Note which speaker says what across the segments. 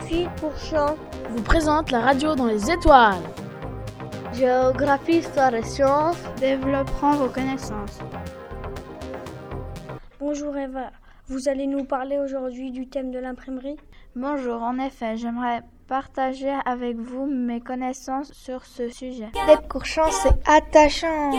Speaker 1: d'Epsetuit-Pourchamp.
Speaker 2: vous présente la radio dans les étoiles.
Speaker 1: Géographie, histoire et sciences.
Speaker 3: Développeront vos connaissances.
Speaker 1: Bonjour Eva, vous allez nous parler aujourd'hui du thème de l'imprimerie
Speaker 3: Bonjour, en effet, j'aimerais partager avec vous mes connaissances sur ce sujet.
Speaker 4: D'être courchant, c'est attachant.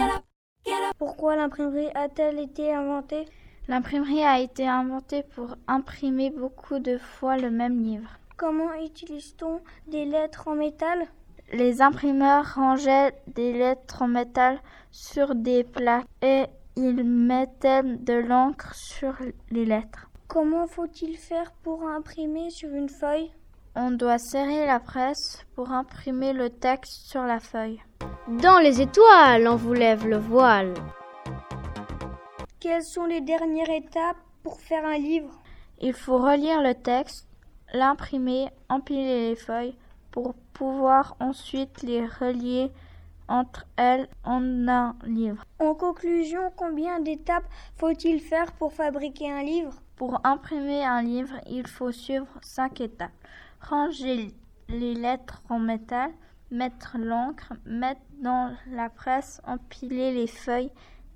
Speaker 1: Pourquoi l'imprimerie a-t-elle été inventée
Speaker 3: L'imprimerie a été inventée pour imprimer beaucoup de fois le même livre.
Speaker 1: Comment utilise-t-on des lettres en métal
Speaker 3: Les imprimeurs rangeaient des lettres en métal sur des plaques et ils mettaient de l'encre sur les lettres.
Speaker 1: Comment faut-il faire pour imprimer sur une feuille
Speaker 3: On doit serrer la presse pour imprimer le texte sur la feuille.
Speaker 5: Dans les étoiles, on vous lève le voile.
Speaker 1: Quelles sont les dernières étapes pour faire un livre
Speaker 3: Il faut relire le texte, l'imprimer, empiler les feuilles pour pouvoir ensuite les relier entre elles en un livre.
Speaker 1: En conclusion, combien d'étapes faut-il faire pour fabriquer un livre
Speaker 3: Pour imprimer un livre, il faut suivre cinq étapes. Ranger les lettres en métal, mettre l'encre, mettre dans la presse, empiler les feuilles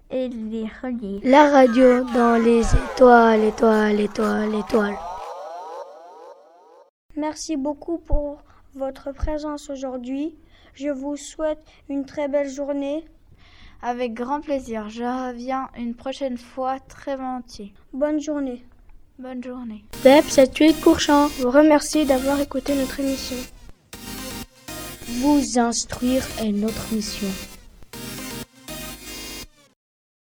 Speaker 3: et les relier.
Speaker 4: La radio dans les étoiles, étoiles, étoiles, étoiles.
Speaker 1: Merci beaucoup pour votre présence aujourd'hui. Je vous souhaite une très belle journée.
Speaker 3: Avec grand plaisir, je reviens une prochaine fois très volontiers.
Speaker 1: Bonne journée.
Speaker 3: Bonne journée.
Speaker 4: Deb, c'est Courchamp. Vous remercie d'avoir écouté notre émission.
Speaker 5: Vous instruire est notre mission.